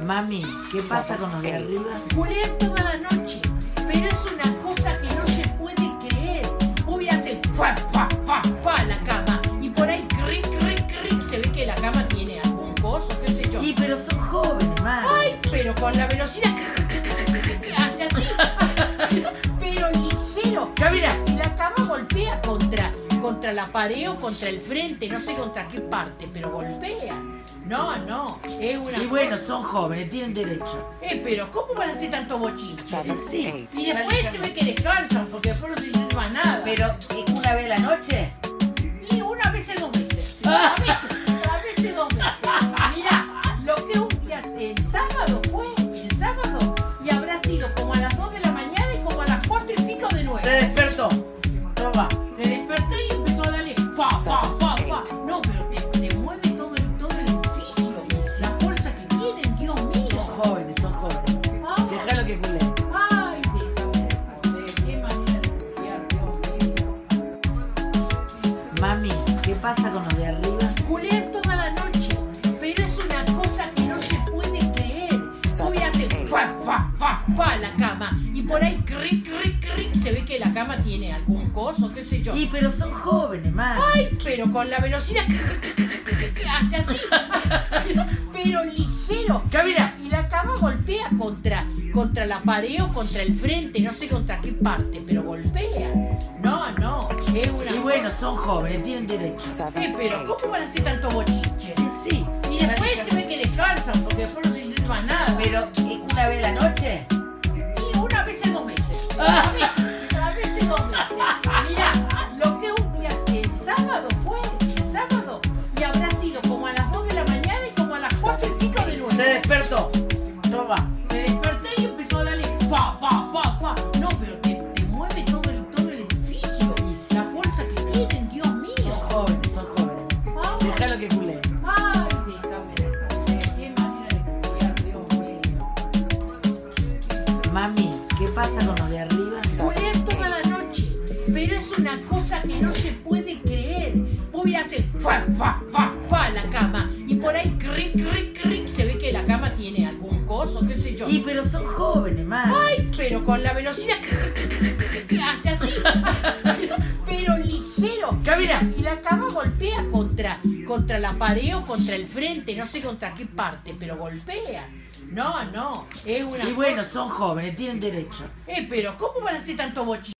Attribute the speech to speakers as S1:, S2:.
S1: Mami, ¿qué pasa con los de arriba?
S2: Culear toda la noche, pero es una cosa que no se puede creer. Vos mirás el fa, fa, fa, fa a la cama y por ahí cric, cric, cric, se ve que la cama tiene algún coso, qué sé yo.
S1: Y pero son jóvenes, mami.
S2: Ay, pero con la velocidad hace así, pero ligero.
S1: Ya mira.
S2: Y la cama golpea contra, contra la pared o contra el frente, no sé contra qué parte, pero golpea. No, no, es una
S1: Y bueno,
S2: cosa-
S1: son jóvenes, tienen derecho.
S2: Eh, pero ¿cómo van a hacer tanto bochín?
S1: Y sí.
S2: Y después se ve que descansan, porque después no se dicen más nada.
S3: Pero ¿y una vez a la noche.
S2: Y una vez en dos meses. A veces, a veces dos meses. Mirá, lo que un día, el sábado fue, el sábado, y habrá sido como a las 2 de la mañana y como a las 4 y pico de nuevo.
S1: Se despertó. Toma.
S2: Se despertó y empezó a darle fa, fa, fa, fa. No, pero te, te mueve todo el, todo el edificio. La fuerza que tienen, Dios
S1: Son
S2: mío.
S1: jóvenes, son jóvenes.
S2: Ah,
S1: Déjalo que culé.
S2: Ay, déjame joder, qué manera de culiar, Dios mío.
S1: Mami, ¿qué pasa con los de arriba?
S2: Culear toda la noche, pero es una cosa que no se puede creer. Voy a hacer fa, fa, fa, fa a la cama y por ahí cric, cric, cric. Se ve que la cama tiene algún coso, qué sé yo.
S1: Y pero son jóvenes, mami.
S2: Ay, pero con la velocidad hace así, pero ligero.
S1: Ya mira.
S2: Y la cama golpea contra, contra la pared o contra el frente, no sé contra qué parte, pero golpea. No, no, es una.
S1: Y bueno, son jóvenes, tienen derecho.
S2: Eh, pero ¿cómo van a hacer tanto bochiche?
S1: Y sí.
S2: Y después se ve que descansan, porque después no se sienten más nada.
S3: Pero ¿y una vez a la noche.
S2: Y una vez en dos meses. A veces, a veces dos meses. Mirá, lo que un día el sábado fue, el sábado, y habrá sido como a las 2 de la mañana y como a las 4 y pico de nuevo.
S1: Se despertó. Toma.
S2: Se despertó y empezó a darle fa, fa, fa, fa. No, pero te, te mueve todo el, todo el edificio. La fuerza que tienen, Dios mío.
S1: Son jóvenes, son jóvenes.
S2: Ah.
S1: Déjalo que culé.
S2: Ay, déjame, déjame. Qué manera de cuidar, Dios mío.
S1: Mami, ¿qué pasa con los de arriba?
S2: Culear toda la noche, pero es una cosa que no se puede creer. Vos mirás el fa, fa, fa, fa a la cama y por ahí cric, cric, cric, se ve que la cama tiene algún coso, qué sé yo.
S1: Y pero son jóvenes, mami.
S2: Ay, pero con la velocidad hace así, pero ligero.
S1: Ya mira.
S2: Y la cama golpea contra, contra la pared o contra el frente, no sé contra qué parte, pero golpea. No, no, es una...
S1: Y bueno, son jóvenes, tienen derecho.
S2: Eh, pero ¿cómo van a hacer tanto bochín?